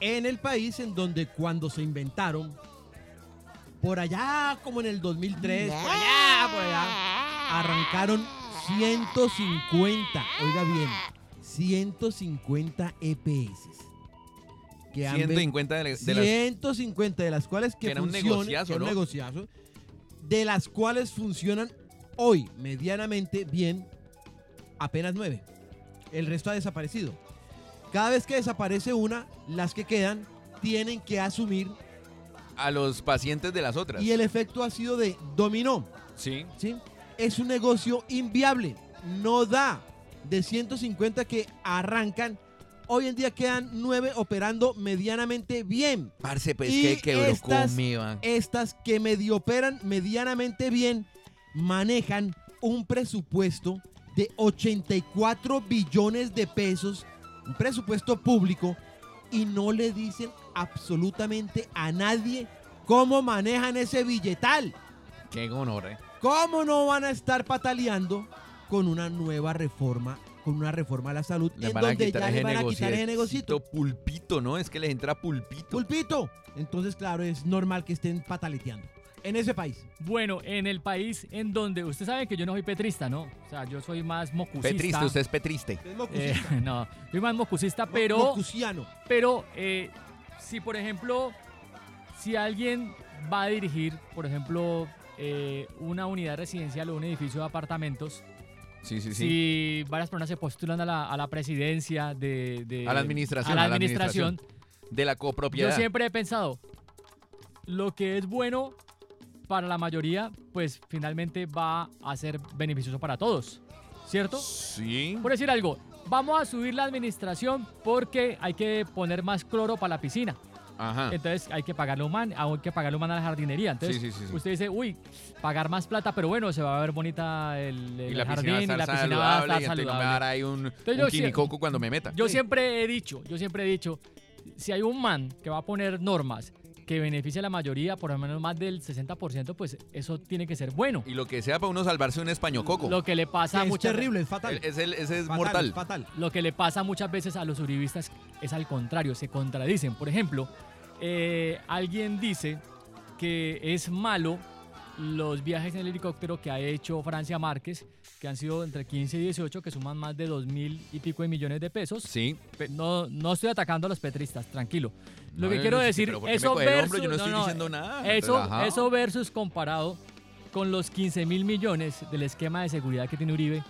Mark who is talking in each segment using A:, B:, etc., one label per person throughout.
A: en el país en donde cuando se inventaron, por allá como en el 2003, por allá, por allá, arrancaron 150, oiga bien, 150 EPS. Que han ven-
B: 150 de, la- de las
A: 150 de las cuales que,
B: Que era un
A: funcionan-
B: negociazo,
A: que era un
B: ¿no?
A: negociazo, de las cuales funcionan hoy medianamente bien apenas nueve. El resto ha desaparecido. Cada vez que desaparece una, las que quedan tienen que asumir
B: a los pacientes de las otras.
A: y el efecto ha sido de dominó.
B: Sí.
A: ¿sí? Es un negocio inviable. No da. De 150 que arrancan, hoy en día quedan nueve operando medianamente bien.
B: Parce, pues
A: Y
B: que quebró
A: estas-
B: conmigo.
A: estas que medio operan medianamente bien manejan un presupuesto de 84 billones de pesos, un presupuesto público, y no le dicen absolutamente a nadie cómo manejan ese billetal.
B: Qué eh. gonorre.
A: ¿Cómo no van a estar pataleando con una nueva reforma, con una reforma a la salud,
B: Le
A: en
B: van a
A: donde
B: quitar
A: ya le
B: ese
A: van a quitar ese negocito?
B: negocito. Pulpito, ¿no? Es que les entra pulpito.
A: Pulpito. Entonces, claro, es normal que estén pataleteando en ese país.
C: Bueno, en el país en donde usted sabe que yo no soy petrista, ¿no? O sea, yo soy más mocusista.
B: Petriste, usted es petriste.
A: Es
C: Eh,
A: mocusista.
C: no, soy más mocusista,
A: Mo-
C: pero
A: Mocusiano.
C: Pero eh, si, por ejemplo, si alguien va a dirigir, por ejemplo, eh, una unidad residencial o un edificio de apartamentos,
B: Sí, sí, sí.
C: si varias personas se postulan a la, a la presidencia de, de-
B: A la administración,
C: a la
B: a la
C: administración,
B: De la
C: yo
B: copropiedad.
C: siempre he pensado, lo que es bueno para la mayoría, pues finalmente va a ser beneficioso para todos, ¿cierto?
B: Sí.
C: Por decir algo, vamos a subir la administración porque hay que poner más cloro para la piscina.
B: Ajá.
C: Entonces hay que pagarle un man, ah, hay que pagarle un man a la jardinería. Entonces
B: Sí, sí, sí, sí.
C: usted dice, uy, pagar más plata, pero bueno, se va a ver bonita el, el
B: y la piscina va a
C: jardín y
B: estar
C: la piscina va a
B: saludable.
C: estar
B: y entonces no me va a dar
C: saludable.
B: ahí un,
C: Entonces
B: un
C: yo sí-
B: quinicoco cuando me meta.
C: Yo
A: Sí.
C: siempre he dicho, yo siempre he dicho, si hay un man que va a poner normas que beneficie a la mayoría, por lo menos más del 60%, pues eso tiene que ser bueno.
B: Y lo que sea para uno salvarse un españococo.
C: Lo que le pasa a
A: es
C: muchas
A: terrible, es fatal.
B: Es, el, ese es
A: Fatal,
B: mortal.
A: Fatal.
C: Lo que le pasa muchas veces a los uribistas es al contrario, se contradicen. Por ejemplo, eh, alguien dice que es malo los viajes en el helicóptero que ha hecho Francia Márquez, que han sido entre 15 y 18, que suman más de 2 mil y pico de millones de pesos.
B: Sí. Pe-
C: No, no estoy atacando a los petristas, tranquilo.
B: No,
C: Lo que
B: yo
C: quiero
B: no sé,
C: decir,
B: pero ¿por qué me
C: eso
B: coge el hombro?
C: versus...
B: Yo no estoy
C: no, no,
B: diciendo nada.
C: eso,
B: relajado.
C: eso versus comparado con los 15 mil millones del esquema de seguridad que tiene Uribe,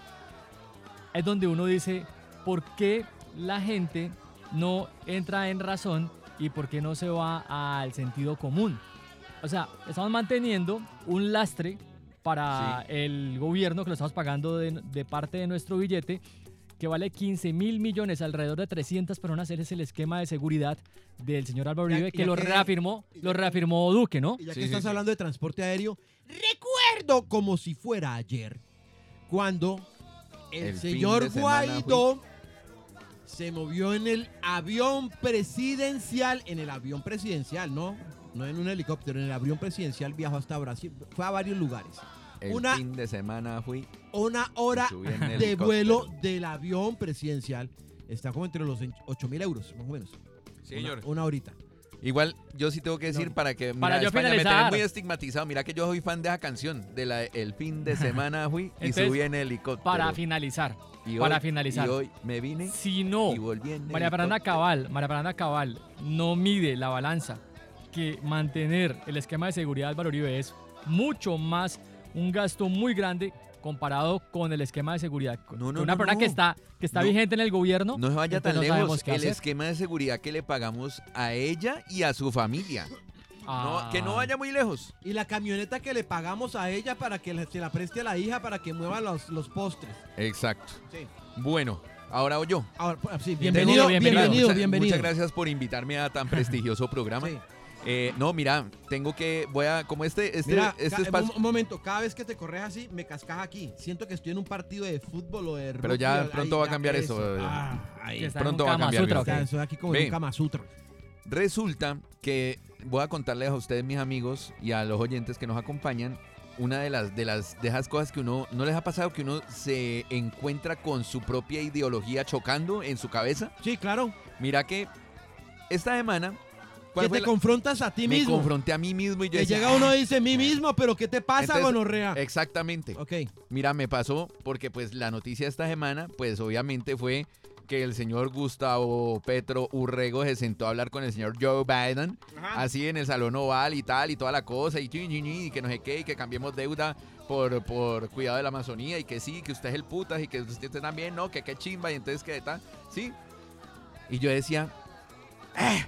C: es donde uno dice, ¿por qué la gente no entra en razón y por qué no se va al sentido común? O sea, estamos manteniendo un lastre para el gobierno que lo estamos pagando de, de parte de nuestro billete, que vale 15 mil millones, alrededor de 300 personas. Ese es el esquema de seguridad del señor Álvaro
A: Ya- ya
C: Uribe, que lo
A: que-
C: reafirmó,
A: ya
C: lo
A: que-
C: reafirmó Duque, ¿no?
A: Y ya
B: Sí,
A: que
B: sí,
A: estás
B: sí.
A: hablando de transporte aéreo, recuerdo como si fuera ayer cuando el,
B: El fin de
A: señor
B: semana
A: Guaidó se movió en el avión presidencial, en el avión presidencial, ¿no? No en un helicóptero, en el avión presidencial viajó hasta Brasil, fue a varios lugares.
B: El
A: Una-
B: fin de semana fui.
A: Una hora
B: subí en
A: de
B: helicóptero.
A: vuelo del avión presidencial está como entre los 8 mil euros, más o menos.
B: Sí,
A: Una-
B: señor.
A: una horita.
B: Igual, yo sí tengo que decir
A: No.
B: para que.
C: Para yo
B: España, me
C: finalizar.
B: tenés muy estigmatizado. Mira que yo soy fan de esa canción. De la El fin de semana fui y
C: Entonces,
B: subí en helicóptero.
C: Para finalizar,
B: Y
C: para
B: hoy-
C: finalizar.
B: Y hoy me vine
C: si no,
B: y volví en
C: María Fernanda
B: helicóptero.
C: Cabal, María Fernanda Cabal no mide la balanza que mantener el esquema de seguridad de Álvaro Uribe es mucho más un gasto muy grande comparado con el esquema de seguridad.
B: No, no,
C: Que una
B: no,
C: persona
B: no.
C: que está, que está
B: No.
C: vigente en el gobierno,
B: No se vaya tan
C: entonces no
B: lejos.
C: sabemos qué
B: El
C: hacer.
B: esquema de seguridad que le pagamos a ella y a su familia. No,
C: ah,
B: que no vaya muy lejos.
A: Y la camioneta que le pagamos a ella para que la- se la preste a la hija para que mueva los, los postres.
B: Exacto.
A: Sí.
B: Bueno, ahora o yo.
A: Ahora, pues, sí,
C: Bienvenido,
A: bienvenido,
B: Tengo-
C: bienvenido.
A: bienvenido, bienvenido.
B: muchas, muchas gracias por invitarme a tan prestigioso programa.
A: Sí.
B: Eh, no, mira, tengo que, voy a, como este, este,
A: Mira,
B: este
A: ca-
B: espacio,
A: un, un momento, cada vez que te corres así, me cascas aquí. Siento que estoy en un partido de fútbol o de
B: Pero
A: rugby,
B: ya
A: o-
B: pronto va a
A: ya
B: cambiar
A: eso.
B: eso. eh,
A: Ah, ahí.
C: Que está en
B: pronto
C: un
B: va a
C: Kama
B: cambiar, viejo.
C: Sutra,
A: O sea,
C: ¿ok?
A: Estoy aquí como en
B: Ve.
A: un Kama Sutra.
B: resulta que voy a contarles a ustedes, mis amigos, y a los oyentes que nos acompañan, una de las, de las, de esas cosas que uno, ¿no les ha pasado que uno se encuentra con su propia ideología chocando en su cabeza?
A: Sí, claro.
B: Mira que Esta semana, ¿cuál
A: Que
B: fue
A: te
B: la-
A: confrontas a ti
B: me
A: mismo.
B: confronté a mí mismo y yo
A: Que
B: decía, "Ah,
A: llega uno y dice, mí mismo, pero ¿qué te pasa,
B: Entonces, eh,
A: gonorrea?
B: Exactamente.
A: Ok.
B: Mira, me pasó porque pues la noticia esta semana, pues obviamente fue que el señor Gustavo Petro Urrego se sentó a hablar con el señor Joe Biden, así en el salón oval y tal, y toda la cosa, y, chin, chin, chin, y que no sé qué, y que cambiemos deuda por, por cuidado de la Amazonía, y que sí, que usted es el putas, y que usted también, no, que qué chimba, y entonces que tal, sí. Y yo decía, "Eh,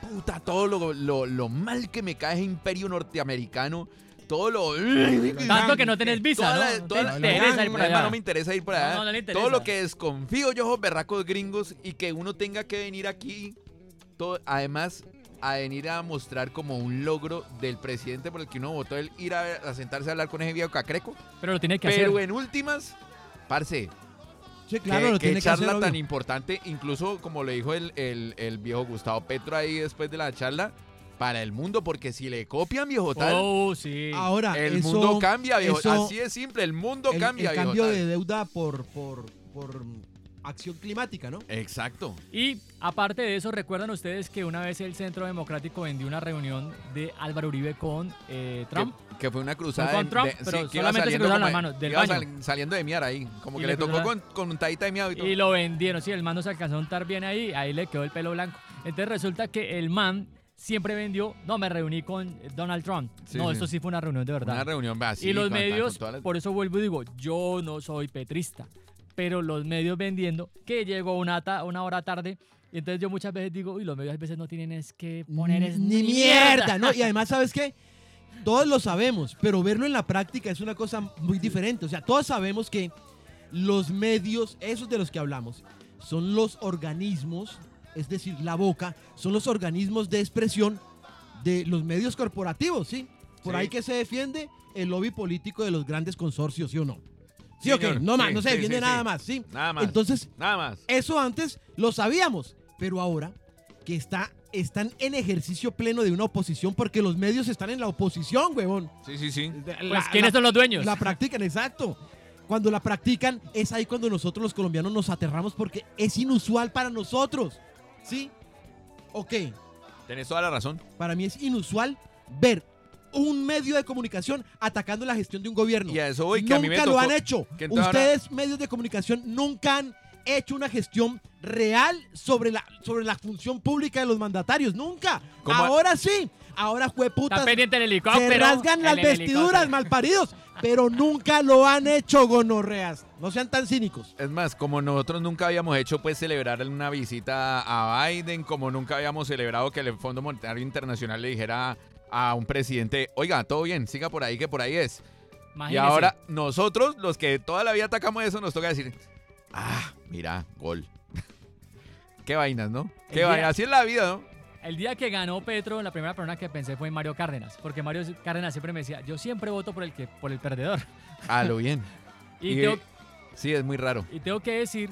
B: puta, todo lo, lo- lo mal que me cae ese imperio norteamericano, todo lo...
C: Tanto que no tenés visa,
B: Toda
C: ¿no?
B: la-
C: No
B: toda la-
C: te interesa ir por
B: Además,
C: allá.
B: no me interesa ir por
C: No,
B: allá.
C: no, no le interesa.
B: Todo lo que desconfío yo, esos berracos gringos, y que uno tenga que venir aquí, todo, además, a venir a mostrar como un logro del presidente por el que uno votó, el ir a, a sentarse a hablar con ese viejo cacreco.
C: Pero lo tiene que
B: Pero
C: hacer.
B: en últimas, parce,
A: Sí, claro,
B: qué,
A: lo
B: qué
A: tiene que hacer.
B: charla
A: obvio.
B: tan importante, incluso como le dijo el, el- el viejo Gustavo Petro ahí después de la charla, para el mundo, porque si le copian, viejo tal...
C: Oh, sí.
A: Ahora,
B: El
A: eso-
B: mundo cambia, viejo.
A: eso-
B: Así es simple, el mundo
A: el,
B: cambia,
A: el
B: viejo
A: cambio
B: tal.
A: de deuda por, por, por acción climática, ¿no?
B: Exacto.
C: Y aparte de eso, recuerdan ustedes que una vez el Centro Democrático vendió una reunión de Álvaro Uribe con eh, Trump.
B: Que, que fue una cruzada.
C: Fue con
B: de-
C: Trump,
B: de-
C: pero
B: que iba
C: solamente se
B: saliendo
C: cruzaron
B: como
C: las
B: de-
C: manos del
B: iba
C: baño.
B: sal- saliendo de miar ahí. Como
C: Y
B: que
C: le
B: le tocó con,
C: cruzaron-
B: con un taita de miado y todo.
C: Y lo vendieron, sí, el man no se alcanzó a untar bien ahí, ahí le quedó el pelo blanco. Entonces resulta que el man siempre vendió, no, me reuní con Donald Trump.
B: Sí,
C: no,
B: sí.
C: esto sí fue una reunión de verdad.
B: Una reunión así.
C: y los
B: con- con
C: medios,
B: todas las-
C: por eso vuelvo y digo, yo no soy petrista, pero los medios vendiendo, que llegó una, ta- una hora tarde, y entonces yo muchas veces digo, y los medios a veces no tienen es que poner es
A: ni mierda, ¿no? Y además, ¿sabes qué? Todos lo sabemos, pero verlo en la práctica es una cosa muy diferente. O sea, todos sabemos que los medios, esos de los que hablamos, son los organismos, es decir, la boca, son los organismos de expresión de los medios corporativos, ¿sí? Por
B: Sí.
A: ahí que se defiende el lobby político de los grandes consorcios, ¿sí o no? ¿Sí o
B: Señor,
A: qué? No más,
B: sí,
A: no se
B: sí,
A: defiende
B: sí,
A: nada
B: sí.
A: más, ¿sí?
B: Nada más.
A: Entonces,
B: nada más.
A: eso antes lo sabíamos, pero ahora que está, están en ejercicio pleno de una oposición porque los medios están en la oposición, huevón.
B: Sí, sí, sí.
C: Pues,
A: La-
C: ¿quiénes
A: la,
C: son los dueños?
A: la practican, exacto. Cuando la practican es ahí cuando nosotros los colombianos nos aterramos porque es inusual para nosotros. ¿Sí? Ok,
B: Tenés toda la razón.
A: para mí es inusual ver un medio de comunicación atacando la gestión de un gobierno.
B: Y a eso voy, que
A: nunca
B: a mí me
A: lo
B: tocó-
A: han hecho.
B: que entonces ahora-
A: Ustedes, medios de comunicación, nunca han hecho una gestión real sobre la, sobre la función pública de los mandatarios. Nunca.
B: ¿Cómo a-
A: Ahora sí. Ahora
C: Está
A: jueputas.
C: pendiente el helicóptero.
A: Se rasgan las
C: el helicóptero.
A: vestiduras, malparidos. Pero nunca lo han hecho, gonorreas. No sean tan cínicos.
B: Es más, como nosotros nunca habíamos hecho pues celebrar una visita a Biden, como nunca habíamos celebrado que el Fondo Monetario Internacional le dijera a un presidente, oiga, todo bien, siga por ahí, que por ahí es. Y
C: Imagínense.
B: ahora nosotros, los que toda la vida atacamos eso, nos toca decir, ah, mira, gol. Qué vainas, ¿no? Qué
C: El
B: vainas.
C: día-
B: Así es la vida, ¿no?
C: El día que ganó Petro, la primera persona que pensé fue en Mario Cárdenas, porque Mario Cárdenas siempre me decía, yo siempre voto por el que, por el perdedor.
B: A lo bien.
C: Y,
B: Y-
C: tengo,
B: Sí, es muy raro.
C: y tengo que decir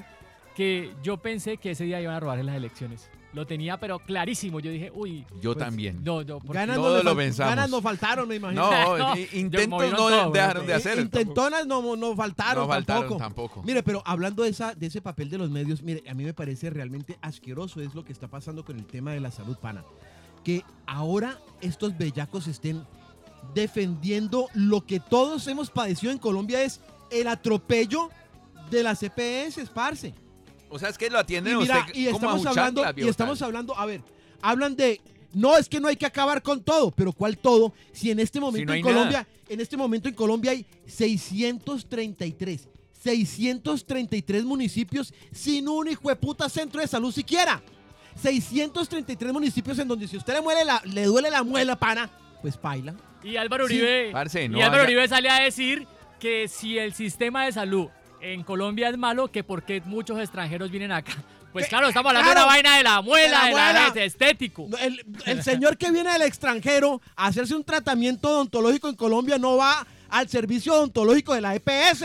C: que yo pensé que ese día iban a robar en las elecciones. Lo tenía, pero clarísimo. Yo dije, uy,
B: Yo
A: Pues,
B: también. No,
C: no, no, porque-
A: Ganas no
B: Todo
A: le
B: lo
A: fal-
B: pensamos.
A: ganas no faltaron, me imagino.
C: No,
B: i-
C: yo
B: intentos
C: movieron
B: no
C: todo,
B: dejaron de
C: bueno,
B: hacer.
A: Eh, Intentonas no, no faltaron,
B: no faltaron
A: tampoco.
B: tampoco.
A: Mire, pero hablando de, esa, de ese papel de los medios, mire, a mí me parece realmente asqueroso es lo que está pasando con el tema de la salud pana. Que ahora estos bellacos estén defendiendo lo que todos hemos padecido en Colombia es el atropello de las EPS, parce.
B: O sea, es que lo atienden
A: Y mira,
B: usted
A: y
B: como a
A: estamos
B: un
A: hablando,
B: chancla,
A: y estamos
B: viejo,
A: hablando, a ver, hablan de no es que no hay que acabar con todo, pero ¿cuál todo? Si en este momento
B: no
A: en
B: hay nada.
A: Colombia, en este momento en Colombia hay 633, 633 municipios sin un hijo de puta centro de salud siquiera. 633 municipios en donde si a usted le muere la, le duele la muela, pana, pues paila.
C: Y Álvaro
A: Sí,
C: Uribe,
B: parce, no
C: y Álvaro
B: haya-
C: Uribe sale a decir que si el sistema de salud en Colombia es malo, que por qué muchos extranjeros vienen acá. Pues
A: ¿Qué?
C: claro, estamos hablando de
A: Claro,
C: una vaina de la muela,
A: de
C: de
A: la
C: la,
A: muela.
C: de estético.
A: No, El, el señor que viene del extranjero a hacerse un tratamiento odontológico en Colombia no va al servicio odontológico de la E EPS.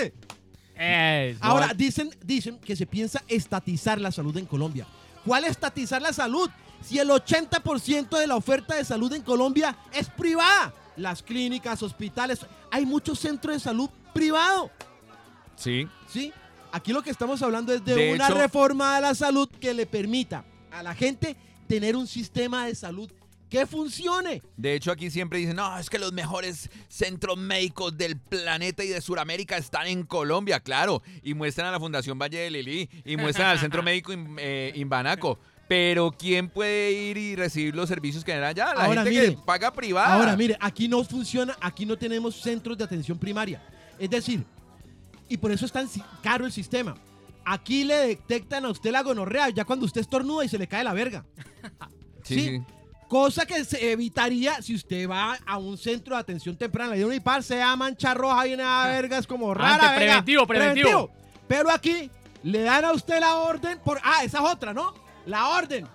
C: Es-
A: Ahora, dicen, dicen que se piensa estatizar la salud en Colombia. ¿Cuál estatizar la salud? Si el 80% de la oferta de salud en Colombia es privada. Las clínicas, hospitales, hay muchos centros de salud privado,
B: Sí.
A: ¿sí? Aquí lo que estamos hablando es de,
B: De
A: una
B: hecho-
A: reforma a la salud que le permita a la gente tener un sistema de salud que funcione.
B: De hecho, aquí siempre dicen, no, es que los mejores centros médicos del planeta y de Sudamérica están en Colombia, claro. Y muestran a la Fundación Valle de Lili y muestran al Centro Médico Im- eh, Imbanaco. Pero ¿quién puede ir y recibir los servicios que dan allá? La
A: Ahora,
B: gente
A: mire.
B: que paga privada.
A: Ahora, mire, aquí no funciona, aquí no tenemos centros de atención primaria. Es decir, y por eso es tan si- caro el sistema. Aquí le detectan a usted la gonorrea ya cuando usted estornuda y se le cae la verga.
B: Sí,
A: sí.
B: sí.
A: Cosa que se evitaría si usted va a un centro de atención temprana. Le dio un IPAR, se da mancha roja, viene a vergas como rara.
C: Antes,
A: venga,
C: preventivo, preventivo.
A: Pero aquí le dan a usted la orden por. Ah, esa es otra, ¿no? La orden.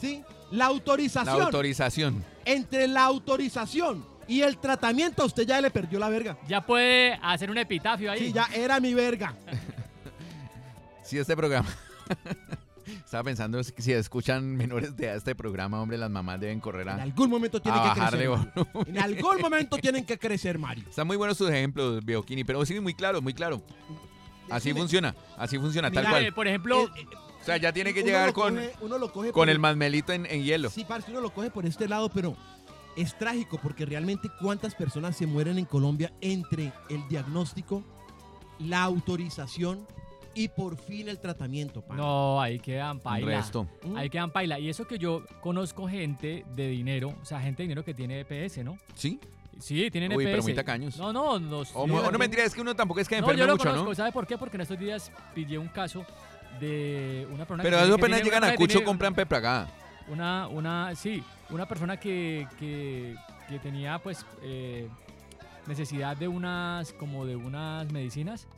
A: ¿Sí? La
B: La
A: autorización.
B: autorización.
A: Entre la autorización y el tratamiento, a usted ya le perdió la verga.
C: Ya puede hacer un epitafio ahí.
A: Sí, ya era mi verga.
B: Sí, este programa. Estaba pensando si si escuchan menores de edad este programa, hombre, las mamás deben correr
A: En
B: a,
A: algún momento tiene
B: a
A: que
B: bajarle
A: crecer.
B: volumen.
A: Mario. En algún momento tienen que crecer, Mario.
B: Están muy buenos sus ejemplos, Bioquini, pero sí, muy claro, muy claro. Así
A: Decime,
B: funciona, así funciona, tal
A: Mira,
B: cual.
C: Eh, por ejemplo,
A: eh, eh,
B: O sea, ya tiene que
A: uno
B: llegar
A: lo
B: con,
A: coge- uno lo coge
B: con
A: por
B: el masmelito en, en hielo.
A: Sí, parce, uno lo coge por este lado, pero es trágico porque realmente cuántas personas se mueren en Colombia entre el diagnóstico, la autorización y por fin el tratamiento. pana.
C: no, ahí quedan
B: El
C: paila.
B: resto.
A: ¿Mm?
C: Ahí quedan paila. Y eso que yo conozco gente de dinero, o sea, gente de dinero que tiene EPS, ¿no?
B: Sí.
C: Sí, tienen
B: Uy,
C: EPS.
B: pero muy tacaños.
C: No, no, no. sí,
B: O, mu- o no
C: tienen-
B: mentira, es que uno tampoco es que
C: No, yo
B: enferme
C: lo
B: mucho,
C: conozco.
B: ¿no?
C: ¿Sabe por qué? Porque en estos días pillé un caso de una persona
B: Pero
C: que,
B: a
C: tiene-
B: eso
C: que
B: apenas
C: tiene-
B: llegan
C: una-
B: a Cucho,
C: tiene-
B: compran Pepragada.
C: Una, una, sí, una persona que, que, que tenía pues eh, necesidad de unas, como de unas medicinas,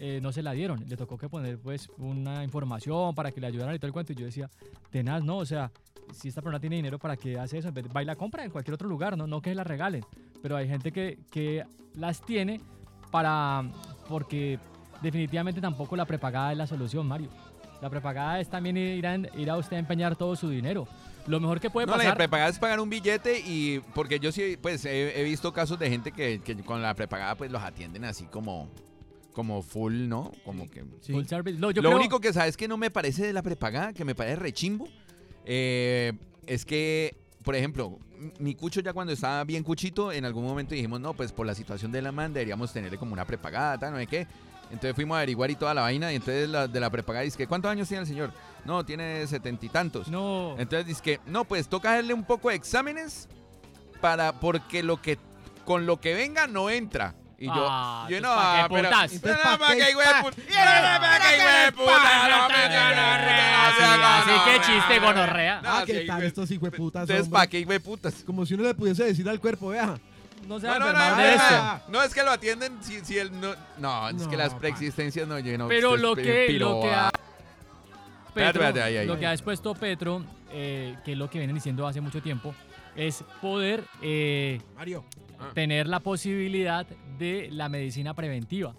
C: eh, no se la dieron. Le tocó que poner pues una información para que le ayudaran y todo el cuento. Y yo decía, tenaz, no, o sea, si esta persona tiene dinero, ¿para qué hace eso? En vez de- va y la compra en cualquier otro lugar, no, no que la regalen. Pero hay gente que, que las tiene para, porque definitivamente tampoco la prepagada es la solución, Mario. La prepagada es también ir a, ir a usted a empeñar todo su dinero. Lo mejor que puede
B: No, la
C: pasar...
B: prepagada es pagar un billete y porque yo sí, pues he, he visto casos de gente que, que con la prepagada pues los atienden así como, como full, ¿no? Como que...
A: Sí.
C: Full service. No, yo
B: Lo
C: creo-
B: único que sabes que no me parece de la prepagada, que me parece rechimbo, eh, es que, por ejemplo, m- mi cucho ya cuando estaba bien cuchito, en algún momento dijimos, no, pues por la situación de la man deberíamos tenerle como una prepagada, tal, no sé qué. Entonces fuimos a averiguar y toda la vaina, y entonces la, de la prepagada dice, ¿cuántos años tiene el señor? No, tiene setenta y tantos.
C: No.
B: Entonces dice que, no, pues toca hacerle un poco de exámenes para, porque lo que, con lo que venga no entra. Y yo,
C: Ah,
B: yo no,
C: entonces, ¿pa' qué
B: ah, pero-
C: putas?
A: Entonces,
B: No, no,
A: ¿pa'
B: ¿pa'
A: qué
B: qué, hijo de
A: pa-
B: puta? No, no, ¿pa' qué, hijo de puta? No, me gonorrea,
C: Así,
B: no,
C: así que
B: gonorrea.
C: chiste, gonorrea.
B: No,
A: Ah,
B: sí, pues,
A: ¿qué tal
B: güey.
A: estos hijueputas?
B: Entonces,
A: hombre?
B: ¿para qué, hijo de putas?
A: Como si uno le pudiese decir al cuerpo, vea.
C: No se
B: No,
C: va
B: no, no, no,
C: de
B: no,
C: esto.
B: no, no, es que lo atienden si, si él no... No, es que
A: No,
B: las
A: pa.
B: preexistencias no llenan.
C: Pero lo que, lo que ha.
B: Espérate,
C: Petro,
B: espérate, ahí, ahí.
C: Lo que ha expuesto Petro, eh, que es lo que vienen diciendo hace mucho tiempo, es poder eh,
A: Mario.
B: Ah.
C: tener la posibilidad de la medicina preventiva.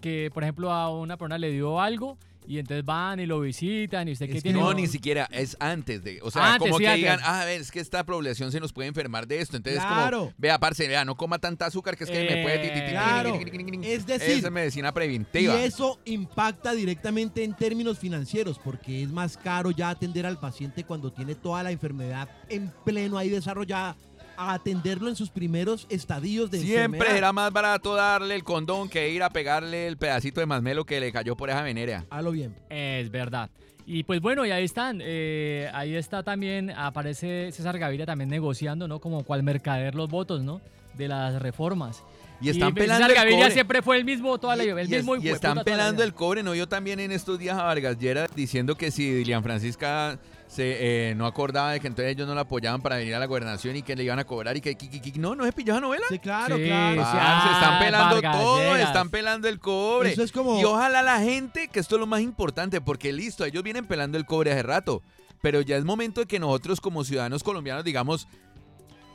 C: Que, por ejemplo, a una persona le dio algo y entonces van y lo visitan y usted
A: Es
C: qué
A: que
C: tiene.
B: No,
A: no-
B: ni siquiera, es antes de, o sea,
C: Antes,
B: como
C: sí,
B: que
C: antes.
B: digan, ah, a ver, es que esta población se nos puede enfermar de esto, entonces
A: Claro.
B: como, vea, parce, vea, no coma tanta azúcar que es que me puede... ti, ti, ti, ti,
A: Claro.
B: ti, ti, ti, ti, ti, ti.
A: Es decir,
B: Esa es medicina
A: Y
B: preventiva.
A: eso impacta directamente en términos financieros, porque es más caro ya atender al paciente cuando tiene toda la enfermedad en pleno ahí desarrollada, a atenderlo en sus primeros estadios de
B: Siempre
A: enfermedad.
B: será más barato darle el condón que ir a pegarle el pedacito de masmelo que le cayó por esa venerea.
A: A lo bien.
C: Es verdad. Y pues bueno, y ahí están. eh, ahí está también, aparece César Gaviria también negociando, ¿no? Como cual mercader los votos, ¿no? De las reformas.
B: Y están pelando
C: César
B: el
C: Gaviria
B: cobre.
C: siempre fue el mismo, toda la,
B: Y-
C: el
B: y es-
C: mismo
B: y están
C: hijueputa toda la
B: pelando
C: vida.
B: el cobre, ¿no? Yo también en estos días a Vargas Lleras diciendo que si Dilian Francisca se, eh, no acordaba de que entonces ellos no la apoyaban para venir a la gobernación y que le iban a cobrar y que... que- que- que- no, no se pilló esa novela.
A: Sí, claro,
C: Sí,
A: claro.
C: sí,
B: Parce,
C: ah,
B: están pelando
C: Vargas
B: todo,
C: Lleras.
B: están pelando el cobre.
A: Eso es como.
B: Y ojalá la gente, que esto es lo más importante, porque listo, ellos vienen pelando el cobre hace rato, pero ya es momento de que nosotros como ciudadanos colombianos digamos,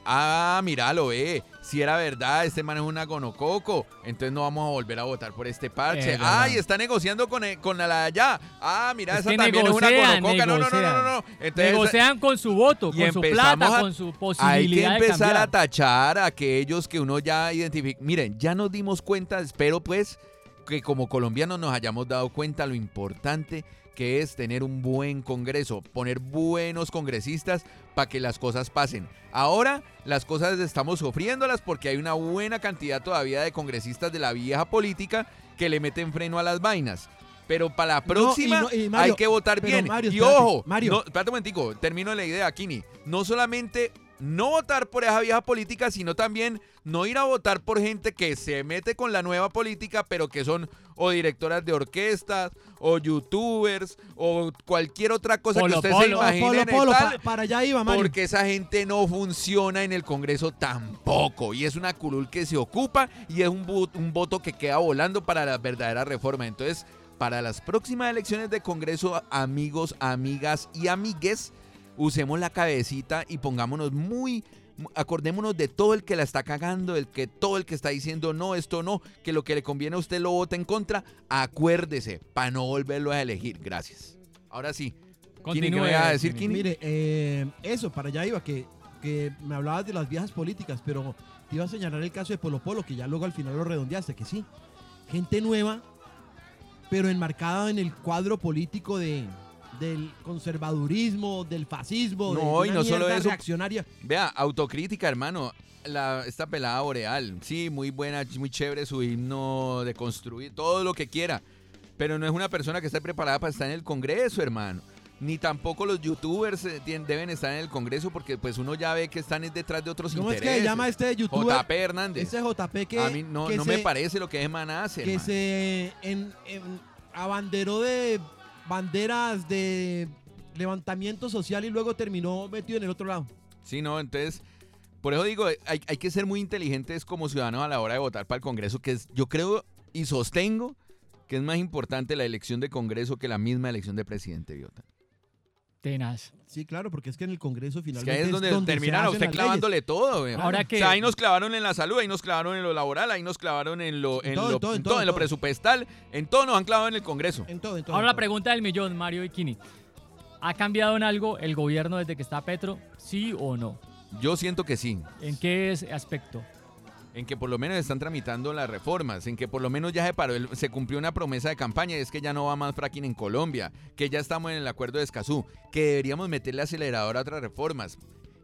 B: ah, míralo, ve, si era verdad, este man es una gonococo, entonces no vamos a volver a votar por este parche.
C: Es verdad.
B: Ay, está negociando con, el- con la de allá. Ah, mira,
C: Es
B: esa
C: que
B: también es una
C: negocian,
B: gonococa. No, no, no, no, no, no. Entonces,
C: Negocian con su voto,
B: Y
C: con su
B: empezamos
C: plata,
B: a-
C: con su posibilidad
B: hay que
C: de
B: empezar
C: cambiar.
B: a tachar a aquellos que uno ya identifica. Miren, ya nos dimos cuenta, espero pues que como colombianos nos hayamos dado cuenta lo importante que es tener un buen Congreso, poner buenos congresistas para que las cosas pasen. Ahora las cosas estamos sufriéndolas porque hay una buena cantidad todavía de congresistas de la vieja política que le meten freno a las vainas. Pero para la próxima
A: No, y no, y Mario,
B: hay que votar
A: pero
B: bien.
A: Mario,
B: y
A: espérate,
B: ojo,
A: Mario.
B: no- espérate un momentico, termino la idea, Kini. No solamente no votar por esa vieja política, sino también no ir a votar por gente que se mete con la nueva política, pero que son o directoras de orquestas, o youtubers, o cualquier otra cosa
C: Polo,
B: que usted se
C: polo.
B: imagine.
A: Polo,
B: en el
A: Polo,
B: tal,
A: pa- para allá iba, Mario.
B: porque esa gente no funciona en el Congreso tampoco. Y es una curul que se ocupa y es un, vo- un voto que queda volando para la verdadera reforma. Entonces, para las próximas elecciones de Congreso, amigos, amigas y amigues, usemos la cabecita y pongámonos muy... Acordémonos de todo el que la está cagando, el que todo el que está diciendo no, esto no, que lo que le conviene a usted lo vote en contra. Acuérdese para no volverlo a elegir. Gracias. Ahora sí, ¿Quién
C: Continúe.
B: me iba a decir,
C: Kini.
A: Mire, eh, eso, para allá iba, que, que me hablabas de las viejas políticas, pero te iba a señalar el caso de Polo Polo, que ya luego al final lo redondeaste, que sí. Gente nueva, pero enmarcada en el cuadro político de, del conservadurismo, del fascismo, de
B: No, y
A: una
B: no solo
A: mierda
B: eso.
A: reaccionaria.
B: Vea, autocrítica, hermano. La, esta pelada boreal, sí, muy buena, muy chévere su himno de construir, todo lo que quiera. Pero no es una persona que esté preparada para estar en el Congreso, hermano. Ni tampoco los youtubers eh, tien- deben estar en el Congreso porque pues uno ya ve que están es detrás de otros
A: ¿Cómo es
B: pues intereses.
A: que se llama este youtuber?
B: JP Hernández.
A: Ese JP que,
B: A mí no,
A: que
B: no
A: se,
B: me parece lo que es Maná hace,
A: que
B: hermano.
A: se en- en- abanderó de banderas de levantamiento social y luego terminó metido en el otro lado.
B: Sí, no, entonces, por eso digo, hay, hay que ser muy inteligentes como ciudadanos a la hora de votar para el Congreso, que es, yo creo y sostengo que es más importante la elección de Congreso que la misma elección de presidente, Biota.
C: Tenaz.
A: Sí, claro, porque es que en el Congreso
B: Es
A: finalmente
B: que ahí es donde,
A: se
B: terminaron,
A: hacen
B: usted
A: las
B: clavándole todo. güey.
C: Ahora que-
B: O sea, ahí nos clavaron en la salud, ahí nos clavaron en lo laboral, ahí nos clavaron en lo,
A: En
B: en
A: todo,
B: lo,
A: en todo, en
B: en
A: todo,
B: todo, en lo
A: en todo.
B: presupuestal, en todo nos han clavado en el Congreso.
A: leyes. En todo, en todo,
C: Ahora
A: en
C: la
A: todo.
C: pregunta del millón, Mario y Kini. ¿Ha cambiado en algo el gobierno desde que está Petro? ¿Sí o no?
B: Yo siento que sí,
C: ¿En qué es- aspecto?
B: en que por lo menos están tramitando las reformas, en que por lo menos ya se, paró el- se cumplió una promesa de campaña y es que ya no va más fracking en Colombia, que ya estamos en el acuerdo de Escazú, que deberíamos meterle acelerador a otras reformas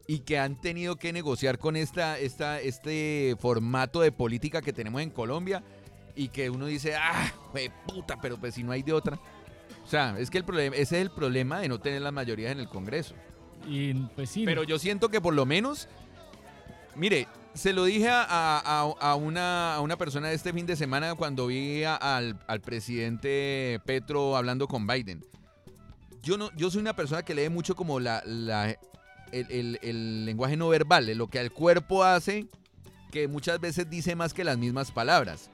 B: y que han tenido que negociar con esta, esta, este formato de política que tenemos en Colombia y que uno dice, ah, jue puta, pero pues si no hay de otra. O sea, es que el problema, ese es el problema de no tener las mayorías en el Congreso.
C: Y pues sí.
B: Pero yo siento que por lo menos, mire, se lo dije a, a- a una, a una persona este fin de semana cuando vi a- al, al presidente Petro hablando con Biden. Yo, no, yo soy una persona que lee mucho como la, la- el, el- el lenguaje no verbal, lo que el cuerpo hace, que muchas veces dice más que las mismas palabras.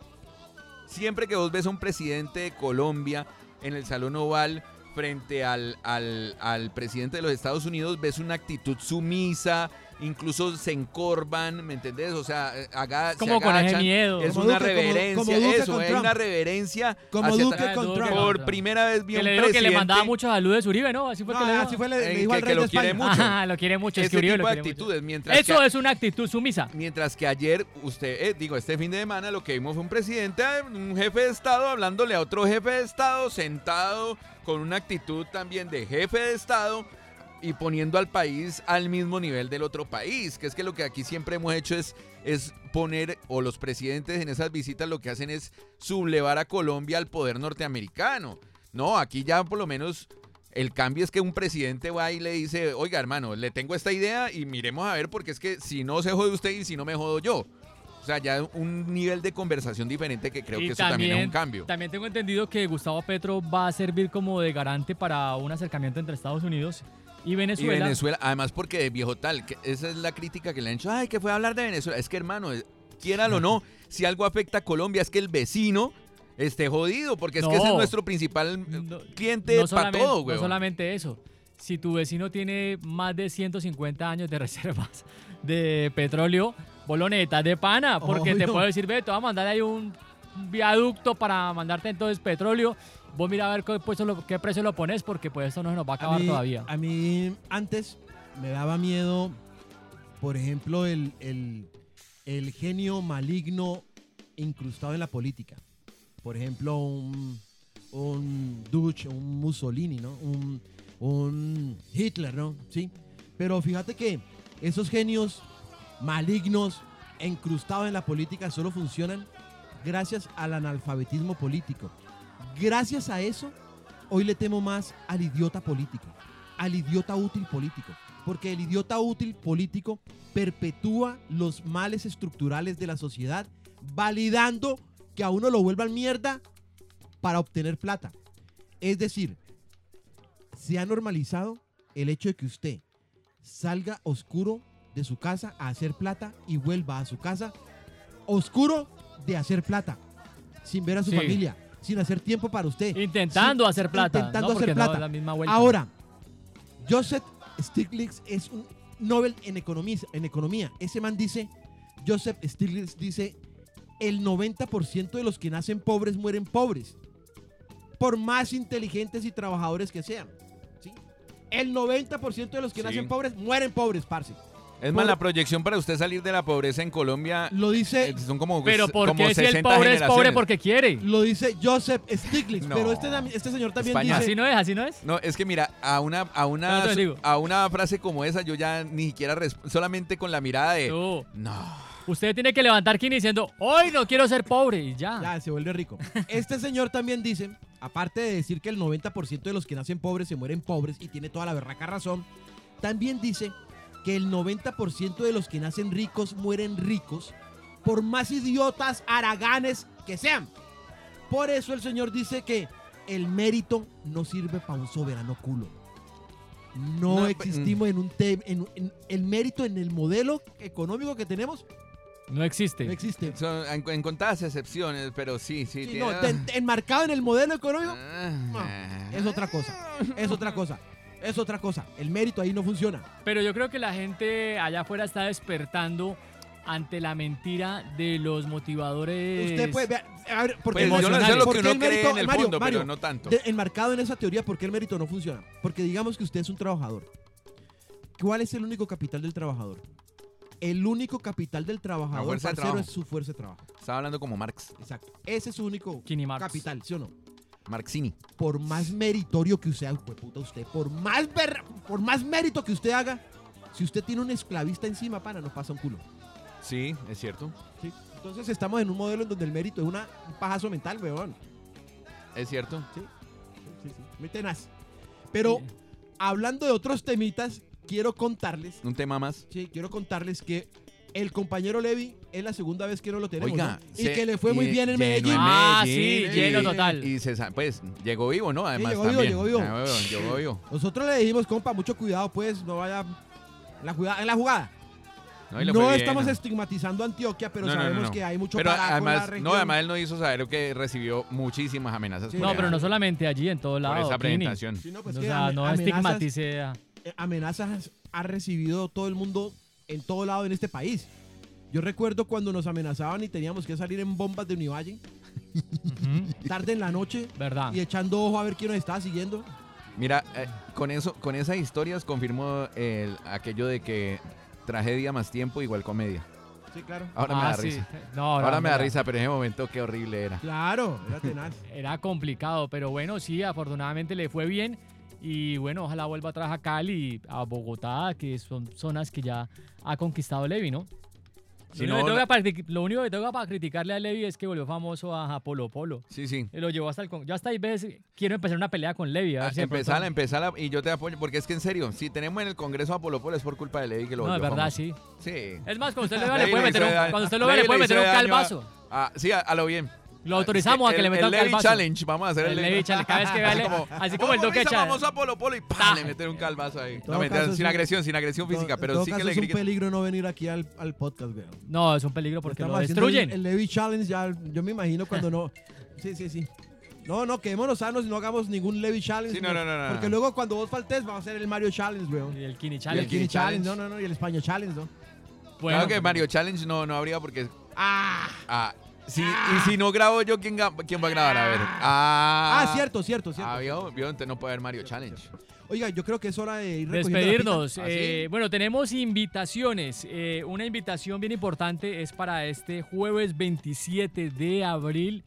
B: Siempre que vos ves a un presidente de Colombia en el Salón Oval frente al, al- al presidente de los Estados Unidos, ves una actitud sumisa, incluso se encorvan, ¿me entendés? O sea, eh, haga, se
C: como con ese
B: agachan.
C: miedo.
B: Es
A: Como
B: una
A: Duque, como-
B: reverencia,
A: como Duque
B: eso,
A: con
B: es
A: Trump.
B: una reverencia.
A: Como
B: hacia
A: Duque
B: atrás.
C: atrás,
A: contra
C: Duke
A: Trump.
C: contra-
B: Por primera vez vi a un
C: que le dijo que le
B: presidente
C: mandaba muchos saludos de Uribe, ¿no? Así fue que le
A: Ah,
C: dijo.
A: así fue, le, le
B: en
A: dijo
B: que-
A: al
B: que
A: rey
B: lo
A: de
B: quiere
A: España.
B: mucho.
C: Ajá, lo quiere mucho, es
B: Ese
C: que Uribe
B: tipo
C: lo
B: de
C: quiere mucho.
B: actitudes, mientras que
C: Eso es una actitud sumisa.
B: Mientras que ayer, usted, eh, digo, este fin de semana lo que vimos fue un presidente, eh, un jefe de Estado hablándole a otro jefe de Estado, sentado con una actitud también de jefe de Estado y poniendo al país al mismo nivel del otro país, que es que lo que aquí siempre hemos hecho es, es poner, o los presidentes en esas visitas lo que hacen es sublevar a Colombia al poder norteamericano. No, aquí ya por lo menos el cambio es que un presidente va y le dice, oiga hermano, le tengo esta idea y miremos a ver porque es que si no se jode usted y si no me jodo yo. O sea, ya un nivel de conversación diferente que creo
C: Y
B: que eso también, es un cambio.
C: También tengo entendido que Gustavo Petro va a servir como de garante para un acercamiento entre Estados Unidos y
B: Y
C: Venezuela.
B: Venezuela, además porque de viejo tal, que esa es la crítica que le han hecho, ay, que fue a hablar de Venezuela. Es que hermano, quieran o no, si algo afecta a Colombia es que el vecino esté jodido, porque es que ese es
C: No.
B: nuestro principal eh,
C: No-
B: cliente para
C: solamente-
B: todo,
C: no
B: güey.
C: solamente eso. Si tu vecino tiene más de 150 años de reservas de petróleo, vos lo necesitas de pana, porque te
A: Obvio.
C: puedo decir, ve, te voy a mandar ahí un viaducto para mandarte entonces petróleo. Vos mira a ver qué, precio lo, qué precio lo pones, porque pues esto no se nos va a acabar
A: a mí,
C: todavía.
A: a mí antes me daba miedo, por ejemplo, el, el- el genio maligno incrustado en la política. Por ejemplo, un, un Duch, un Mussolini, ¿no? Un, un Hitler, ¿no? Sí. Pero fíjate que esos genios malignos, encrustados en la política, solo funcionan gracias al analfabetismo político. Gracias a eso, hoy le temo más al idiota político, al idiota útil político. Porque el idiota útil político perpetúa los males estructurales de la sociedad, validando que a uno lo vuelvan mierda para obtener plata. Es decir, se ha normalizado el hecho de que usted salga oscuro de su casa a hacer plata y vuelva a su casa oscuro de hacer plata, sin ver a su
C: Sí.
A: familia, sin hacer tiempo para usted.
C: Intentando
A: sin-
C: hacer plata.
A: Intentando
C: ¿no?
A: hacer
C: Porque no
A: plata.
C: es la misma vuelta.
A: Ahora, Joseph Stiglitz es un Nobel en economía, en economía. Ese man dice, Joseph Stiglitz dice, el 90% de los que nacen pobres mueren pobres. Por más inteligentes y trabajadores que sean. ¿sí? El 90% de los que
B: Sí.
A: nacen pobres mueren pobres, parce.
B: Es más,
A: Por-
B: la proyección para usted salir de la pobreza en Colombia
A: Lo dice,
B: eh, son como,
C: Pero ¿por
B: como
C: qué si el
B: 60
C: pobre es pobre
B: generaciones.
C: porque quiere?
A: lo dice Joseph Stiglitz.
B: No.
A: Pero este, tam- este señor también
B: España.
A: dice...
C: Así no es, así no es.
B: No, es que mira, a una, a una,
C: Pero te digo.
B: a una frase como esa yo ya ni siquiera resp- solamente con la mirada de...
C: No.
B: No.
C: Usted tiene que levantar quien diciendo, hoy no quiero ser pobre y ya.
A: Ya, se vuelve rico. Este señor también dice, aparte de decir que el 90% de los que nacen pobres se mueren pobres y tiene toda la berraca razón, también dice que el 90% de los que nacen ricos mueren ricos por más idiotas haraganes que sean. Por eso el señor dice que el mérito no sirve para un soberano culo. No, mm.
B: No, pe-
A: existimos en un tema, el mérito en el modelo económico que tenemos
C: No existe.
A: no existe.
B: Son- en, en contadas excepciones, pero sí, sí.
A: Sí,
B: tiene-
A: no, ten- enmarcado en el modelo económico,
B: Ah. Pues
A: Es otra cosa. Es otra cosa. Es otra cosa. El mérito ahí no funciona.
C: Pero yo creo que la gente allá afuera está despertando ante la mentira de los motivadores.
A: Usted puede ver. A ver, ¿por qué
B: Pues
A: el
B: yo no
A: mérito-
B: sé lo
A: por
B: que
A: qué
B: uno cree en el
A: Mario,
B: fondo,
A: Mario,
B: pero no tanto.
A: de- enmarcado en esa teoría, ¿por qué el mérito no funciona? Porque digamos que usted es un trabajador. ¿Cuál es el único capital del trabajador? El único capital del trabajador
B: fuerza de
A: parcero,
B: trabajo.
A: es su fuerza de trabajo.
B: Estaba hablando como Marx,
A: Exacto. Ese es su único
C: Kini Marx.
A: capital, ¿sí o no?
B: Marxini.
A: por más meritorio que usted haga, puta usted, por más, ver- por más mérito que usted haga, si usted tiene un esclavista encima, pana, no pasa un culo.
B: Sí, es cierto.
A: ¿sí? Entonces estamos en un modelo en donde el mérito es una, un pajazo mental, weón.
B: Es cierto.
A: Sí, sí, Muy tenaz. Pero hablando de otros temitas, quiero contarles,
B: Un tema más.
A: sí, quiero contarles que el compañero Levi es la segunda vez que no lo tenemos.
B: Oiga,
A: ¿no?
B: se-
A: Y que le fue muy
B: lle-
A: bien en
B: llenó
A: Medellín.
C: Ah,
B: Medellín,
A: sí, lleno
B: y-
C: total.
B: Y se sa- pues llegó vivo, ¿no? Además,
A: llegó vivo,
B: también.
A: llegó vivo.
B: Ah, bueno, llegó vivo.
A: Nosotros le dijimos, compa, mucho cuidado, pues, no vaya en la jugada. En la jugada.
B: No, y le
A: No,
B: fue bien.
A: estamos estigmatizando a Antioquia, pero
B: No, no, no,
A: sabemos
B: no.
A: que hay mucho
B: Pero
A: pará con la
B: además,
A: región.
B: no, además él no hizo saber que recibió muchísimas amenazas
A: Sí.
B: por,
C: No,
B: la-
C: pero no solamente allí, en todos
B: por
C: lados.
B: esa
C: Kini.
B: presentación.
A: Sí, no, pues
C: o
A: que
C: sea,
A: ame-
C: no
A: amenazas,
C: estigmatice a-
A: eh, amenazas ha recibido todo el mundo en todo lado en este país. Yo recuerdo cuando nos amenazaban y teníamos que salir en bombas de Univalle,
C: Ujú,
A: tarde en la noche,
B: Ah.
C: ¿Verdad?
A: y echando ojo a ver quién nos estaba siguiendo.
B: Mira, eh, con eso, con esas historias confirmo el- aquello de que tragedia más tiempo igual comedia.
A: Sí, claro.
B: Ahora me
C: Ah,
B: da
C: sí.
B: risa.
C: No, ahora,
B: Ahora, me da
C: era-
B: risa, pero en ese momento qué horrible era.
A: Claro, era tenaz.
C: Era complicado, pero bueno, sí, afortunadamente le fue bien. Y bueno, ojalá vuelva atrás a Cali, a Bogotá, que son zonas que ya ha conquistado Levi, ¿no?
B: Si
C: lo,
B: no,
C: único que
B: la-
C: tengo para criti- lo único que tengo para criticarle a Levi es que volvió famoso a Polo Polo.
B: Sí, sí.
C: Lo llevó hasta el... con- Yo hasta ahí veces quiero empezar una pelea con Levi. A ver si de pronto-
B: Ah, Empezala, empezala y yo te apoyo, porque es que en serio, si tenemos en el Congreso a Polo Polo es por culpa de Levi que lo
C: No, es
B: volvió
C: verdad,
B: famoso.
C: sí.
B: Sí.
C: Es más, cuando usted lo vea, le
B: Levi
C: puede
B: le
C: meter
B: hizo
C: un,
B: daño-
C: cuando usted lo vea,
B: Levi
C: le puede
B: le hizo
C: meter un
B: daño a-
C: calvazo.
B: Ah, sí, a, a lo bien.
C: Lo autorizamos a que le meta
B: el
C: un
B: Levi
C: calvazo.
B: Challenge, vamos a hacer el,
C: El Levi Challenge, cada vez que vea a Le- así como el
B: Vamos,
C: Duque
B: Luisa,
C: Challenge.
B: Vamos a Polo Polo y ¡pam!
C: Ta.
B: le meten un calvazo ahí.
A: todo
B: No, mentira,
A: caso es
B: sin
A: un-
B: agresión, sin agresión física,
A: En
B: pero
A: todo
B: sí que
A: caso,
B: le
A: es un
B: griten.
A: peligro no venir aquí al, al podcast, weón.
C: No, es un peligro porque lo
A: Estamos haciendo
C: destruyen.
A: El, el Levy Challenge, ya, yo me imagino cuando no. Sí, sí, sí. No, no, quedémonos sanos y no hagamos ningún Levy Challenge.
B: Sí, no, no, no, no,
A: Porque
B: no.
A: luego cuando vos faltes, vamos a hacer el Mario Challenge, weón.
C: Y el Kini
A: Y el
C: Challenge.
A: Kini
B: Kini
A: Challenge,
B: Challenge.
A: no, no, no. Y el España Challenge, ¿no?
C: Bueno,
B: Claro que Mario Challenge no, no habría porque.
A: ¡Ah!
B: Ah, sí, y si no grabo yo, ¿quién, ga- quién va a grabar? A ver. Ah,
A: Ah, cierto, cierto, cierto.
B: Ah, vio, vio, entonces no puede haber Mario Challenge.
A: Oiga, yo creo que es hora de ir recogiendo la
C: Despedirnos.
B: Ah, sí.
C: Eh, bueno, tenemos invitaciones. Eh, una invitación bien importante es para este jueves 27 de abril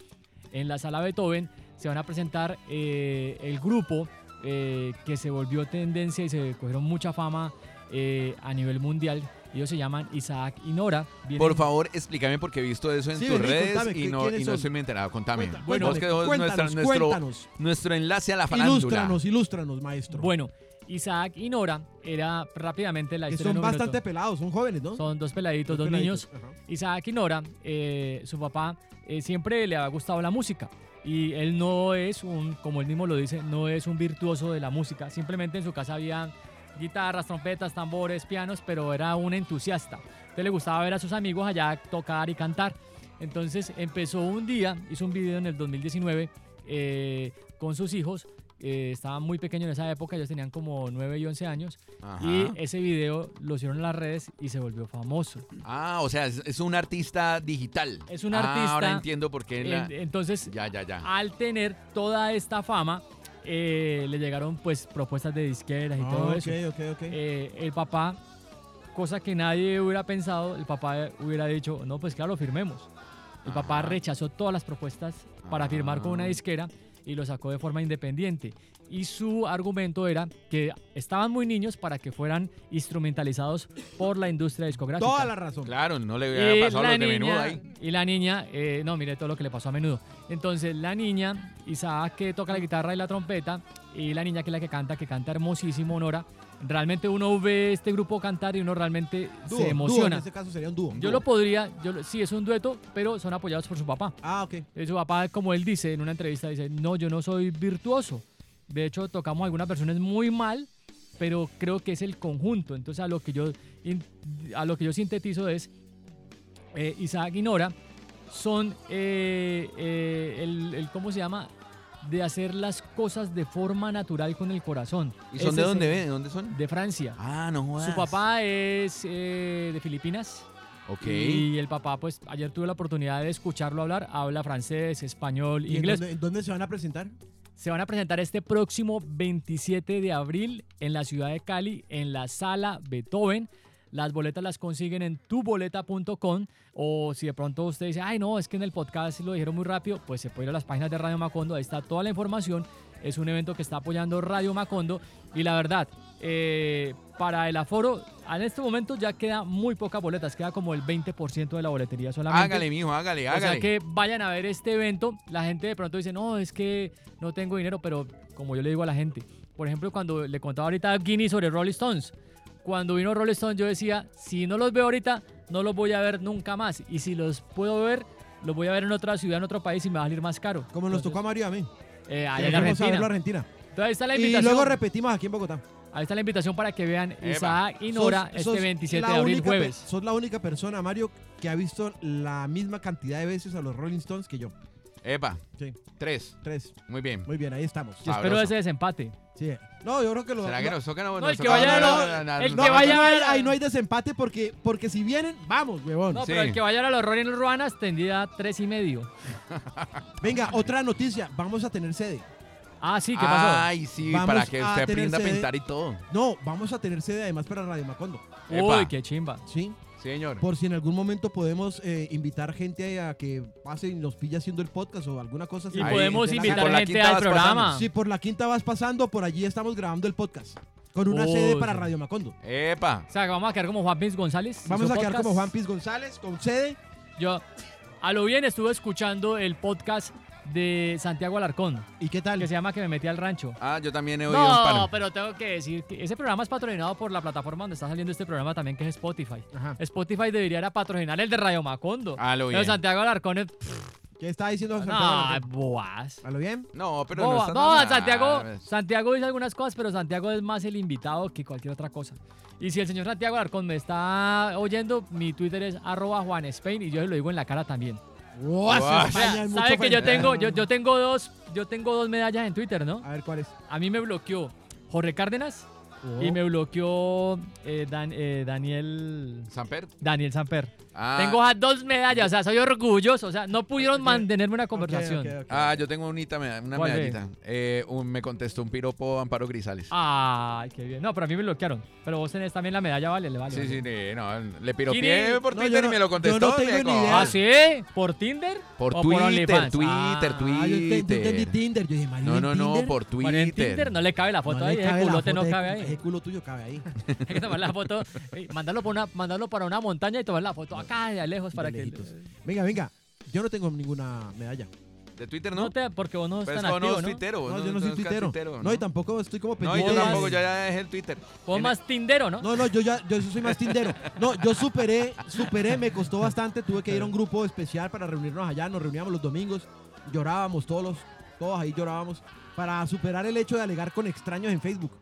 C: en la sala Beethoven. se van a presentar eh, el grupo eh, que se volvió tendencia y se cogieron mucha fama eh, a nivel mundial. Ellos se llaman Isaac y Nora. Vienen-
B: Por favor, explícame porque he visto eso en
A: Sí,
B: tus
A: vení,
B: redes
A: contame,
B: y
A: ¿qué-
B: no,
A: quiénes
B: y no
A: son?
B: estoy muy enterado. Contame.
A: Cuenta-
B: Ah, bueno,
A: cuéntanos,
B: vos que sos
A: cuéntanos,
B: nuestra- nuestro,
A: cuéntanos.
B: nuestro enlace a la farándula.
A: Ilústranos, ilústranos, maestro.
C: Bueno, Isaac y Nora era rápidamente la
A: que
C: historia.
A: son
C: en un minuto.
A: bastante pelados, son jóvenes, ¿no?
C: este Son dos peladitos, dos, niños.
A: peladitos, ajá.
C: Isaac y Nora, eh, su papá eh, siempre le ha gustado la música. Y él no es un, como él mismo lo dice, no es un virtuoso de la música. Simplemente en su casa había guitarras, trompetas, tambores, pianos, pero era un entusiasta. Entonces le gustaba ver a sus amigos allá tocar y cantar. Entonces empezó un día, hizo un video en el 2019 eh, con sus hijos. eh, estaban muy pequeños en esa época, ellos tenían como 9 y 11 años.
B: Ajá.
C: Y eh, ese video lo hicieron en las redes y se volvió famoso.
B: Ah, o sea, es, es un artista digital.
C: Es un
B: Ah,
C: artista-
B: ahora entiendo por qué. la-
C: En- Ah. Entonces,
B: Ya, ya, ya.
C: al tener toda esta fama, eh, le llegaron pues propuestas de disqueras y
A: Ah,
C: todo
A: ok,
C: eso.
A: ok, ok.
C: Eh, el papá, cosa que nadie hubiera pensado, el papá hubiera dicho, no, pues claro, firmemos. El papá
B: Ajá.
C: rechazó todas las propuestas para firmar con una
B: Ah.
C: disquera y lo sacó de forma independiente. Y su argumento era que estaban muy niños para que fueran instrumentalizados por la industria discográfica.
A: Toda la razón.
B: Claro, no le
C: Y
B: hubiera pasado
C: Eh, la
B: los de
C: niña-
B: menudo ahí.
C: Y la niña, eh, no, mire todo lo que le pasó a menudo. Entonces, la niña, Isaac, que toca la guitarra y la trompeta, y la niña que es la que canta, que canta hermosísimo, Nora. Realmente uno ve este grupo cantar y uno realmente
A: Dúo, dúo,
C: se emociona.
A: en este caso sería un dúo.
C: Yo lo podría, yo lo- sí, es un dueto, pero son apoyados por su papá.
A: Ah, ok.
C: Eh, Su papá, como él dice en una entrevista, dice, no, yo no soy virtuoso. De hecho, tocamos algunas versiones muy mal, pero creo que es el conjunto. Entonces, a lo que yo, in- a lo que yo sintetizo es, eh, Isaac y Nora son, eh, eh, el, el- ¿cómo se llama? De hacer las cosas de forma natural con el corazón.
B: ¿Y son
C: Ese
B: de
C: es
B: dónde
C: el-
B: ven? ¿De dónde son?
C: De Francia.
B: Ah, no jodas.
C: Su papá es eh, de Filipinas.
B: Ok.
C: Y el papá, pues ayer tuve la oportunidad de escucharlo hablar, habla francés, español,
A: ¿Y en
C: inglés.
A: dónde, en dónde se van a presentar?
C: Se van a presentar este próximo 27 de abril en la ciudad de Cali, en la sala Beethoven. Las boletas las consiguen en tuboleta.com o si de pronto usted dice, ay no, es que en el podcast lo dijeron muy rápido, pues se puede ir a las páginas de Radio Macondo, ahí está toda la información. Es un evento que está apoyando Radio Macondo y la verdad, eh, para el aforo, en este momento ya queda muy pocas boletas, queda como el 20% de la boletería solamente.
B: Hágale, mijo, hágale,
C: O sea
B: hágale.
C: que vayan a ver este evento. La gente de pronto dice, no, es que no tengo dinero, pero como yo le digo a la gente, por ejemplo, cuando le contaba ahorita a Guinea sobre Rolling Stones, cuando vino Rolling Stones yo decía, si no los veo ahorita, no los voy a ver nunca más. Y si los puedo ver, los voy a ver en otra ciudad, en otro país y me va a salir más caro.
A: Como nos tocó a Mario y a mí.
C: Entonces, eh, allá
A: Que
C: en
A: fuimos a verlo a
C: Argentina.
A: Argentina.
C: Entonces ahí está la
A: Y
C: invitación.
A: luego repetimos aquí en Bogotá.
C: ahí está la invitación para que vean
B: Epa.
C: Isaac y Nora
A: Sos- sos
C: este 27
A: la
C: de abril,
A: única pe-
C: jueves.
A: Sos la única persona, Mario, que ha visto la misma cantidad de veces a los Rolling Stones que yo.
B: Epa.
A: Sí.
B: Tres.
A: Tres.
B: Muy bien.
A: Muy bien, ahí estamos.
C: Yo espero
B: sabroso.
C: ese desempate.
A: Sí. No, yo creo que lo.
B: Ah. ¿Será que
A: no-
B: nos toca? No,
C: No, el
B: nos
C: que
B: toca-
A: vaya
B: no,
A: a
B: no, no,
C: el
B: no,
C: que
B: no,
C: vaya-
A: no,
C: a ver-
A: Ahí no hay desempate porque, porque si vienen, vamos, huevón.
C: No,
B: Sí.
C: pero el que vaya a los Rolling Ruanas tendría tres y medio.
A: Venga, otra noticia. Vamos a tener sede.
C: Ah, sí, ¿qué pasó?
B: Ay, sí,
A: Vamos
B: para que
A: a
B: usted
A: tener
B: aprenda a
A: sede.
B: pintar y todo.
A: No, vamos a tener sede además para Radio Macondo.
C: Uy,
B: Epa.
C: qué chimba.
A: Sí.
B: Sí, señor.
A: Por si en algún momento podemos eh, invitar gente a que pase y nos pilla haciendo el podcast o alguna cosa así.
C: Y
B: Ahí,
C: podemos
A: De la-
B: por
C: invitar
B: la
C: gente
B: quinta
C: al
B: vas
C: programa.
B: pasando.
A: Si por la quinta vas pasando, por allí estamos grabando el podcast. Con una
C: Oh,
A: sede para
C: sí.
A: Radio Macondo.
B: Epa.
C: O sea, que vamos a quedar como Juan Piz González. en
A: Vamos
C: su
A: a quedar
C: podcast.
A: como Juan Piz González, con sede.
C: Yo, a lo bien, estuve escuchando el podcast de Santiago Alarcón,
A: ¿Y qué tal?
C: que se llama Que me metí al rancho.
B: Ah, yo también he oído un
C: No,
B: par.
C: pero tengo que decir que ese programa es patrocinado por la plataforma donde está saliendo este programa también, que es Spotify.
A: Ajá.
C: Spotify debería era patrocinar el de Radio Macondo.
B: Ah, lo
C: Pero
B: bien.
C: Santiago Alarcón es...
A: ¿Qué está diciendo Santiago
C: Ah, No,
A: Alarcón?
C: boas.
A: ¿A lo bien?
B: No, pero
C: Boba.
B: no está
C: No,
B: nada.
C: Santiago, Santiago dice algunas cosas, pero Santiago es más el invitado que cualquier otra cosa. Y si el señor Santiago Alarcón me está oyendo, mi Twitter es arroba Juan Spain y yo se lo digo en la cara también.
A: Guau,
B: Guau.
A: se
C: O sea,
A: empaña mucho
C: sabe que yo
A: fan.
C: tengo, yo, yo tengo dos, yo tengo dos medallas en Twitter, ¿no?
A: A ver, ¿cuál es?
C: A mí me bloqueó Jorge Cárdenas Y me bloqueó eh, Dan- eh, Daniel,
B: ¿Samper?
C: Daniel Samper.
B: Ah,
C: Tengo ja- dos medallas, o sea, soy orgulloso. O sea, no pudieron
D: Ok.
C: mantenerme una conversación.
D: Ok, ok, ok.
B: ah, yo tengo unita, meda- una
C: ¿Cuál es? Ah,
B: medallita. Eh, un- me contestó un piropo Amparo Grisales.
C: Ay, qué bien. No, pero a mí me bloquearon. Pero vos tenés también la medalla, vale, le vale.
B: sí,
C: vale.
B: sí, sí, no, le piropié
C: Kiri,
B: por
A: no,
B: Twitter
A: yo
B: y
A: no-
B: me lo
A: yo
B: contestó.
A: no tengo
B: viejo.
A: ni idea.
C: ¿Ah, sí? ¿Por Tinder?
B: Por
C: ¿O
B: Twitter,
C: OnlyFans?
B: Twitter,
A: Ah,
C: Ah,
A: yo te- yo entendí
B: Twitter.
A: Tinder. Yo dije, Mario,
B: No,
A: ¿en
B: no, no,
A: Tinder?
B: por
C: Bueno, en
B: Twitter.
C: Tinder no le cabe la foto
A: le
C: ahí,
A: cabe
C: el
A: la
C: culote no
A: foto de-
C: cabe ahí.
A: Ese culo tuyo cabe ahí.
C: Hay que tomar la foto, eh, mandarlo, por una, mandarlo para una montaña y tomar la foto acá de a lejos para
A: De
C: que...
A: lejitos. Venga, venga. Yo no tengo ninguna medalla.
B: ¿De Twitter
C: No,
B: no?
C: te, porque vos no
B: Pues
C: estás
B: no, no,
C: activo,
B: es
C: ¿no?
B: tuitero.
A: No, yo no soy
B: es
A: tuitero.
B: tuitero,
A: No, y tampoco estoy como
B: No,
A: pendiente.
B: y yo
C: Vos-
B: tampoco, yo ya dejé el Twitter.
C: Vos
B: En-
C: más tindero, ¿no?
A: No, no, yo ya, yo sí soy más tindero. No, yo superé, superé, me costó bastante. Tuve que ir a un grupo especial para reunirnos allá. Nos reuníamos los domingos, llorábamos todos, los- todos ahí llorábamos para superar el hecho de alegar con extraños en Facebook.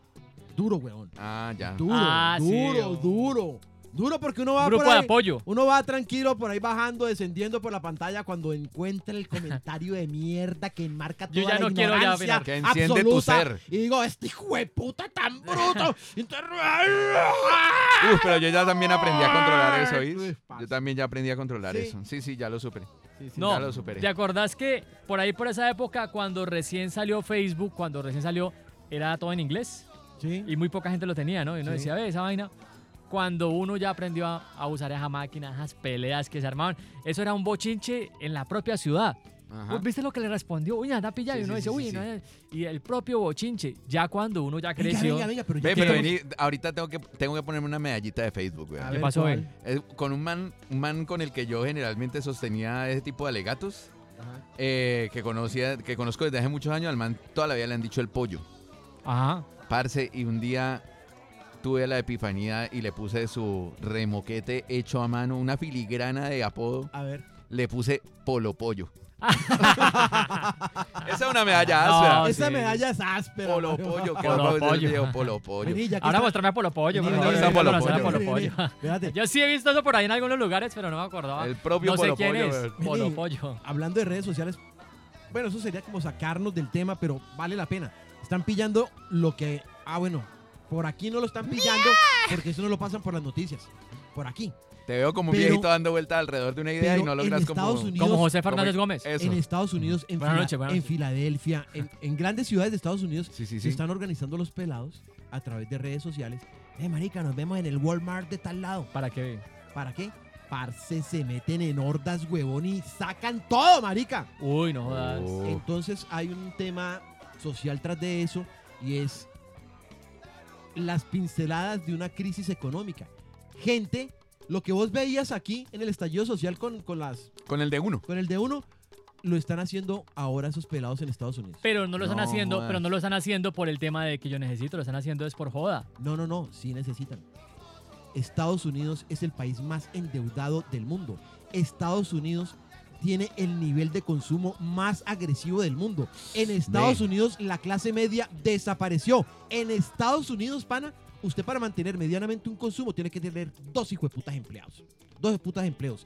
A: Duro, weón.
B: Ah, ya.
A: Duro,
C: Ah, sí,
A: duro,
C: weón.
A: duro. Duro porque uno va
C: Grupo
A: por
C: de
A: ahí.
C: apoyo.
A: Uno va tranquilo por ahí bajando, descendiendo por la pantalla cuando encuentra el comentario de mierda que enmarca toda
C: Yo ya
A: la
C: no quiero ya,
A: ignorancia
C: Pinar.
B: Que enciende tu
A: absoluta.
B: ser.
A: Y digo, este hijo de puta tan bruto. Entonces-
B: Uf, pero yo ya también aprendí a controlar eso, ¿oís?
A: Uy, parce.
B: Yo también ya aprendí a controlar
A: Sí.
B: eso. Sí, sí, ya lo superé. Ya
C: No,
B: lo superé.
C: ¿te acordás que por ahí, por esa época, cuando recién salió Facebook, cuando recién salió, era todo en inglés?
A: Sí.
C: Y muy poca gente lo tenía, ¿no? Y uno
A: Sí.
C: decía, ve, esa vaina. Cuando uno ya aprendió a, a usar esa máquina, esas peleas que se armaban, eso era un bochinche en la propia ciudad.
B: Ajá.
C: Uy, ¿Viste lo que le respondió? Uy, anda pillado.
B: Sí,
C: y uno
B: sí,
C: dice,
B: sí,
C: uy,
B: sí,
C: no, eh". y el propio bochinche. Ya cuando uno ya
A: Venga,
C: creció.
A: venga, venga, pero ya
B: Ve,
A: que-
B: pero vení, ahorita tengo que, tengo que ponerme una medallita de Facebook,
A: A
B: weón.
A: ver,
C: pasó,
A: ¿cuál?
C: eh?
B: Es- Con un man, un man con el que yo generalmente sostenía ese tipo de alegatos,
A: Ajá.
B: eh, que, conocía, que conozco desde hace muchos años, al man toda la vida le han dicho el pollo.
C: Ajá.
B: Parce, y un día tuve la epifanía y le puse su remoquete hecho a mano, una filigrana de apodo,
A: A ver.
B: le puse polo pollo. Esa es una medalla áspera.
C: No,
A: Esa
C: sí.
A: medalla es áspera.
B: Ah, Polo
A: Mario.
B: pollo, que
C: Polo
B: vamos a ver el
C: pollo.
B: video, polo pollo.
A: Vení, ya que
C: Ahora
A: está-
C: mostrame Polo Pollo.
A: Vení,
C: por
A: vení,
C: favor,
A: vení,
B: Está
A: vení,
B: Polo
A: vení,
C: conocer a
A: vení,
B: Pollo.
C: Polo
A: vení,
C: Pollo.
A: vení. Espérate.
C: Yo sí he visto eso por ahí en algunos lugares, pero no me acordaba.
B: El propio
C: no sé
B: polo
C: quién
B: pollo.
C: es.
B: weón.
C: Polo
A: Vení.
C: Pollo.
A: hablando de redes sociales, bueno, eso sería como sacarnos del tema, pero vale la pena. Están pillando lo que, ah, bueno, por aquí no lo están pillando porque eso no lo pasan por las noticias. Por aquí.
B: Te veo como un
A: Pero-
B: viejito dando vueltas alrededor de una idea y
A: pero
B: no
A: en
B: logras como...
A: Estados Unidos-
C: Como José
B: como-
C: Fernández Gómez.
B: Eso.
A: En Estados Unidos, en,
C: Buenas
A: Fila-
C: noches, buenas
A: en
C: noches.
A: Filadelfia, en, en grandes ciudades de Estados Unidos,
B: Sí, sí,
A: se
B: sí.
A: están organizando los pelados a través de redes sociales. Eh, marica, nos vemos en el Walmart de tal lado.
C: ¿Para qué?
A: ¿Para qué? Parce, se meten en hordas, huevón, y sacan todo, marica.
C: Uy, no jodas.
B: Oh.
A: Entonces hay un tema social tras de eso y es las pinceladas de una crisis económica. Gente, lo que vos veías aquí en el estallido social con, con, las,
B: Con el de uno.
A: con el de uno, lo están haciendo ahora esos pelados en Estados Unidos.
C: Pero no lo están
B: No
C: haciendo,
B: jodas.
C: pero no lo están haciendo por el tema de que yo necesito, lo están haciendo es por joda.
A: No, no, no, sí necesitan. Estados Unidos es el país más endeudado del mundo. Estados Unidos tiene el nivel de consumo más agresivo del mundo. En Estados
B: Ve.
A: Unidos la clase media desapareció. En Estados Unidos, pana, usted para mantener medianamente un consumo tiene que tener dos hijos de putas empleados. Dos de putas empleos.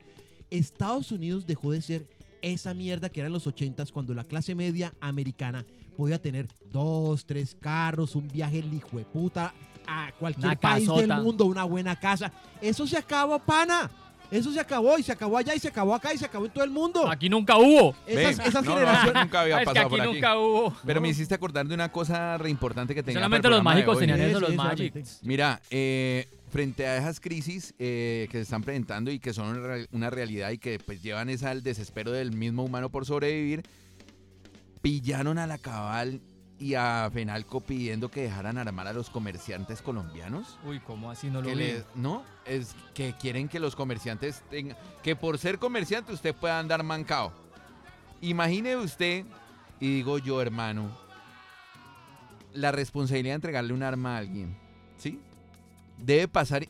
A: Estados Unidos dejó de ser esa mierda que era en los 80s cuando la clase media americana podía tener dos, tres carros, un viaje hijo de puta a cualquier
C: Una
A: país
C: casota.
A: del mundo, una buena casa. Eso se acabó, pana. Eso se acabó y se acabó allá y se acabó acá y se acabó en todo el mundo.
C: Aquí nunca hubo.
A: Esas,
B: Ve,
A: esas
B: no, no,
A: generaciones.
B: yo Oh. nunca había
C: Es que
B: pasado
C: aquí
B: por aquí.
C: nunca hubo.
B: Pero
A: No.
B: me hiciste acordar de una cosa re importante que tenía. para el
C: Solamente los
B: programa de
C: mágicos
B: hoy.
C: tenían
A: Sí,
C: eso,
A: sí,
C: los
A: solamente.
C: magics.
B: Mira, eh, frente a esas crisis eh, que se están presentando y que son una real- una realidad y que pues llevan esa al desespero del mismo humano por sobrevivir, pillaron a la cabal y a Fenalco pidiendo que dejaran armar a los comerciantes colombianos.
C: Uy, ¿cómo así no lo
B: Que
C: vi?
B: le- no, es que quieren que los comerciantes tengan, que por ser comerciante usted pueda andar mancado. Imagine usted, y digo yo hermano, la responsabilidad de entregarle un arma a alguien, ¿sí? Debe pasar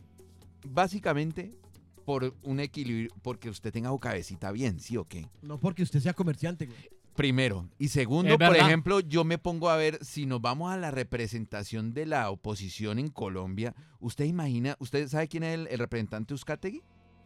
B: básicamente por un equilibrio, porque usted tenga su cabecita bien, ¿sí o qué?
A: No porque usted sea comerciante, güey.
B: Primero. Y segundo,
C: Es
B: por
C: verdad.
B: ejemplo, yo me pongo a ver si nos vamos a la representación de la oposición en Colombia. ¿Usted imagina, usted sabe quién es el, el representante Uzcategui?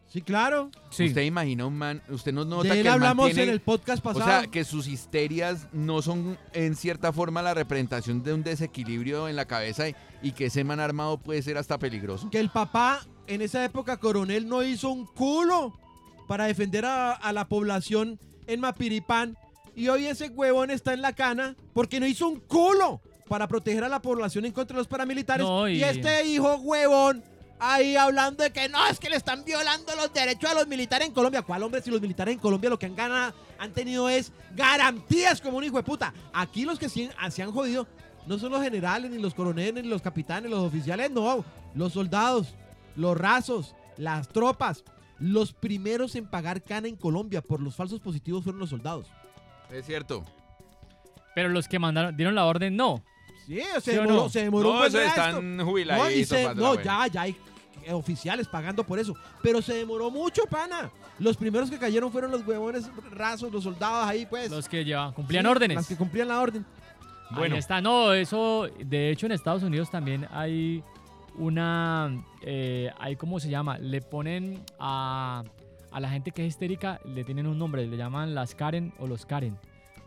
A: Sí, claro.
C: Sí.
B: Usted imagina un man, usted no nota
A: de
B: que
A: él
B: el man
A: hablamos
B: tiene-
A: en el podcast
B: o
A: pasado.
B: sea, que sus histerias no son en cierta forma la representación de un desequilibrio en la cabeza y, y que ese man armado puede ser hasta peligroso.
A: que el papá en esa época coronel no hizo un culo para defender a, a la población en Mapiripán y hoy ese huevón está en la cana porque no hizo un culo para proteger a la población en contra de los paramilitares
C: No,
A: y...
C: y-
A: este hijo huevón ahí hablando de que no es que le están violando los derechos a los militares en Colombia ¿cuál hombre si los militares en Colombia lo que han ganado han tenido es garantías como un hijo de puta aquí los que sí han- ah, se han jodido no son los generales, ni los coroneles, ni los capitanes, los oficiales, no. Los soldados, los rasos, las tropas. Los primeros en pagar cana en Colombia por los falsos positivos fueron los soldados.
B: Es cierto.
C: Pero los que mandaron, dieron la orden, no.
A: Sí, se
C: ¿Sí o
A: demoró,
C: no?
A: se demoró un buen
B: se
A: resto.
B: están
A: No,
B: jubiladitos.
A: y se-
B: padre,
A: no,
B: bueno.
A: ya, ya hay eh, oficiales pagando por eso. Pero se demoró mucho, pana. Los primeros que cayeron fueron los huevones rasos, los soldados ahí, pues.
C: Los que llevaban, cumplían
A: Sí,
C: órdenes.
A: Las que cumplían la orden.
C: Ahí está. No, eso, de hecho, en Estados Unidos también hay una, eh, hay cómo se llama, le ponen a, a la gente que es histérica, le tienen un nombre, le llaman las Karen o los Karen,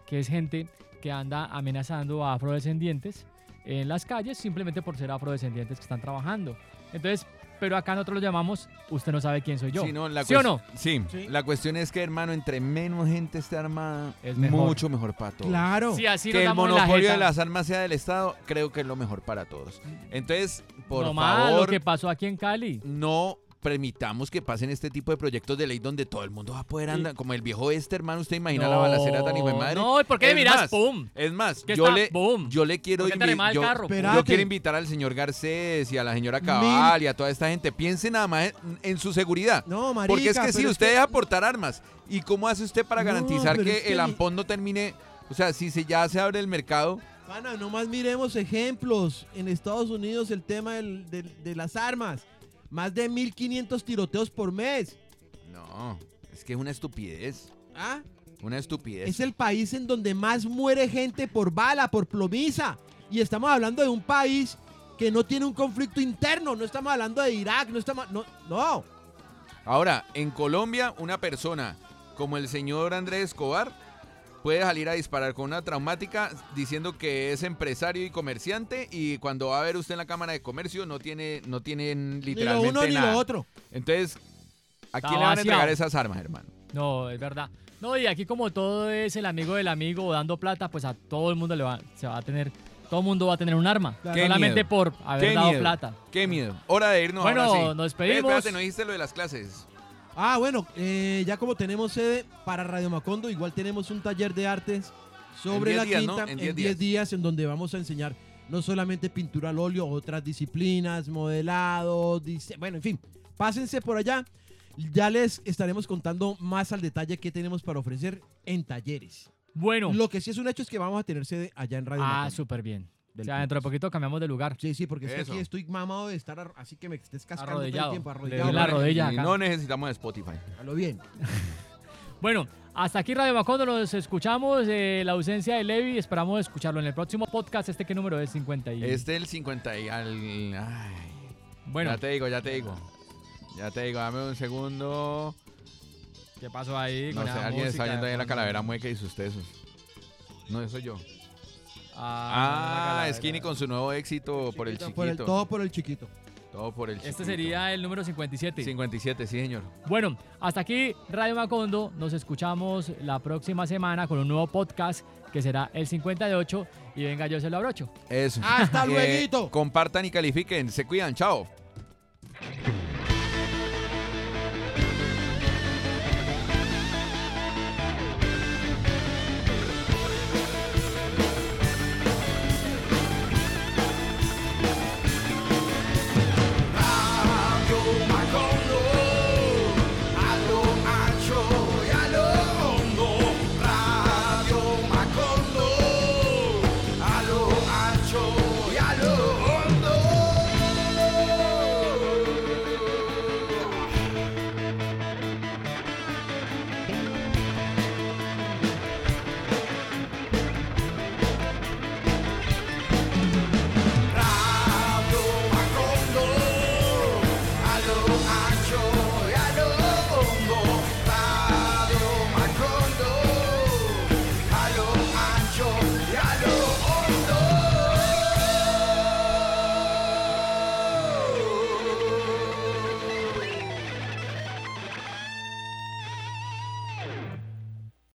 C: que es gente que anda amenazando a afrodescendientes en las calles simplemente por ser afrodescendientes que están trabajando. Entonces, pero acá nosotros lo llamamos, usted no sabe quién soy yo.
B: Sí, no, la
C: ¿Sí o
B: cues-
C: no?
B: Sí.
A: Sí.
B: La cuestión es que, hermano, entre menos gente esté armada,
C: Es
B: es
C: mejor.
B: mucho mejor para todos.
A: Claro.
C: Si así nos
B: que el
C: damos en la
B: monopolio
C: jeta.
B: de las armas sea del Estado, creo que es lo mejor para todos. Entonces, por
C: Nomás lo
B: favor,
C: que pasó aquí en Cali.
B: no permitamos que pasen este tipo de proyectos de ley donde todo el mundo va a poder andar. Como el viejo este, hermano, usted imagina la balacera tan hijo de madre.
C: No, ¿y ¿por qué
B: Es
C: miras?
B: más,
C: ¡Pum!
B: Es más,
C: ¿Qué
B: yo
C: está?
B: le,
C: ¡Boom!
B: yo le quiero
C: ¿Por qué tan
B: invitar.
C: mal
B: Yo,
C: carro?
A: Espera.
B: yo
A: Espérate.
B: quiero invitar al señor Garcés y a la señora Cabal y a toda esta gente. Piense nada más en, en su seguridad.
A: No, marica.
B: Porque es que si
A: pero
B: usted deja aportar armas, ¿y cómo hace usted para
A: No,
B: garantizar
A: pero
B: que,
A: es que
B: el
A: ni-
B: ampón no termine? O sea, si se, ya se abre el mercado,
A: Pana, nomás miremos ejemplos. En Estados Unidos el tema del- del- de las armas. Más de 1.500 tiroteos por mes.
B: no, es que es una estupidez.
A: ¿Ah?
B: Una estupidez.
A: Es el país en donde más muere gente por bala, por plomiza. Y estamos hablando de un país que no tiene un conflicto interno. No estamos hablando de Irak. No estamos... No. no.
B: Ahora, en Colombia, una persona como el señor Andrés Escobar puede salir a disparar con una traumática diciendo que es empresario y comerciante y cuando va a ver usted en la Cámara de Comercio no tiene no tienen
A: Ni lo
B: literalmente
A: uno ni
B: nada.
A: lo otro.
B: Entonces, ¿a
C: Está
B: quién le van a entregar
C: vaciado.
B: esas armas, hermano?
C: No, es verdad. No, y aquí como todo es el amigo del amigo o dando plata, pues a todo el mundo le va, se va a tener, todo el mundo va a tener un arma.
A: Qué
C: solamente
B: miedo.
C: por haber
B: Qué
C: dado
B: miedo.
C: plata.
B: Qué miedo. Hora de irnos
C: Bueno,
B: ahora sí.
C: nos
B: Eh, espérate,
C: despedimos.
B: no dijiste lo de las clases.
A: Ah, bueno. eh, ya como tenemos sede para Radio Macondo, igual tenemos un taller de artes sobre
B: En
A: la
B: 10 días, ¿no?
A: quinta
B: En
A: en 10
B: 10
A: días. en donde vamos a enseñar no solamente pintura al óleo, otras disciplinas, modelado, dise- bueno, en fin, pásense por allá. Ya les estaremos contando más al detalle qué tenemos para ofrecer en talleres.
C: Bueno.
A: Lo que sí es un hecho es que vamos a tener sede allá en Radio
C: Ah,
A: Macondo
C: súper bien. O
A: del
C: sea,
A: podcast.
C: dentro de poquito cambiamos de lugar.
A: Sí, sí, porque es que
B: Eso.
A: aquí estoy mamado de estar ar- así que me estés cascando
C: Arrodillado.
A: todo el tiempo
C: Le doy
A: arrodillado.
C: la rodilla
B: Y
C: acá.
B: No necesitamos Spotify.
A: A lo bien.
C: Bueno, hasta aquí Radio Macondo, nos escuchamos. eh, la ausencia de Levi, esperamos escucharlo en el próximo podcast. ¿Este qué número es? 50 y...
B: Este el 50 y al ay.
C: Bueno,
B: Ya te digo, ya te digo. Ya te digo, dame un segundo.
C: ¿qué pasó ahí?
B: No
C: con
B: sé,
C: esa
B: alguien está
C: música?
B: oyendo ahí la calavera mueca y sus tesos. No, eso yo.
C: Ah,
B: Ah,
C: la
B: Skinny
C: calavera.
B: con su nuevo éxito por el chiquito.
A: Por el- todo por el chiquito.
B: Todo por el chiquito.
C: Este sería el número 57.
B: 57, sí, señor.
C: Bueno, hasta aquí Radio Macondo. Nos escuchamos la próxima semana con un nuevo podcast que será el 58. Y venga, yo se lo abrocho.
B: Eso.
A: Hasta
B: Eh,
A: lueguito.
B: Compartan y califiquen. Se cuidan. Chao.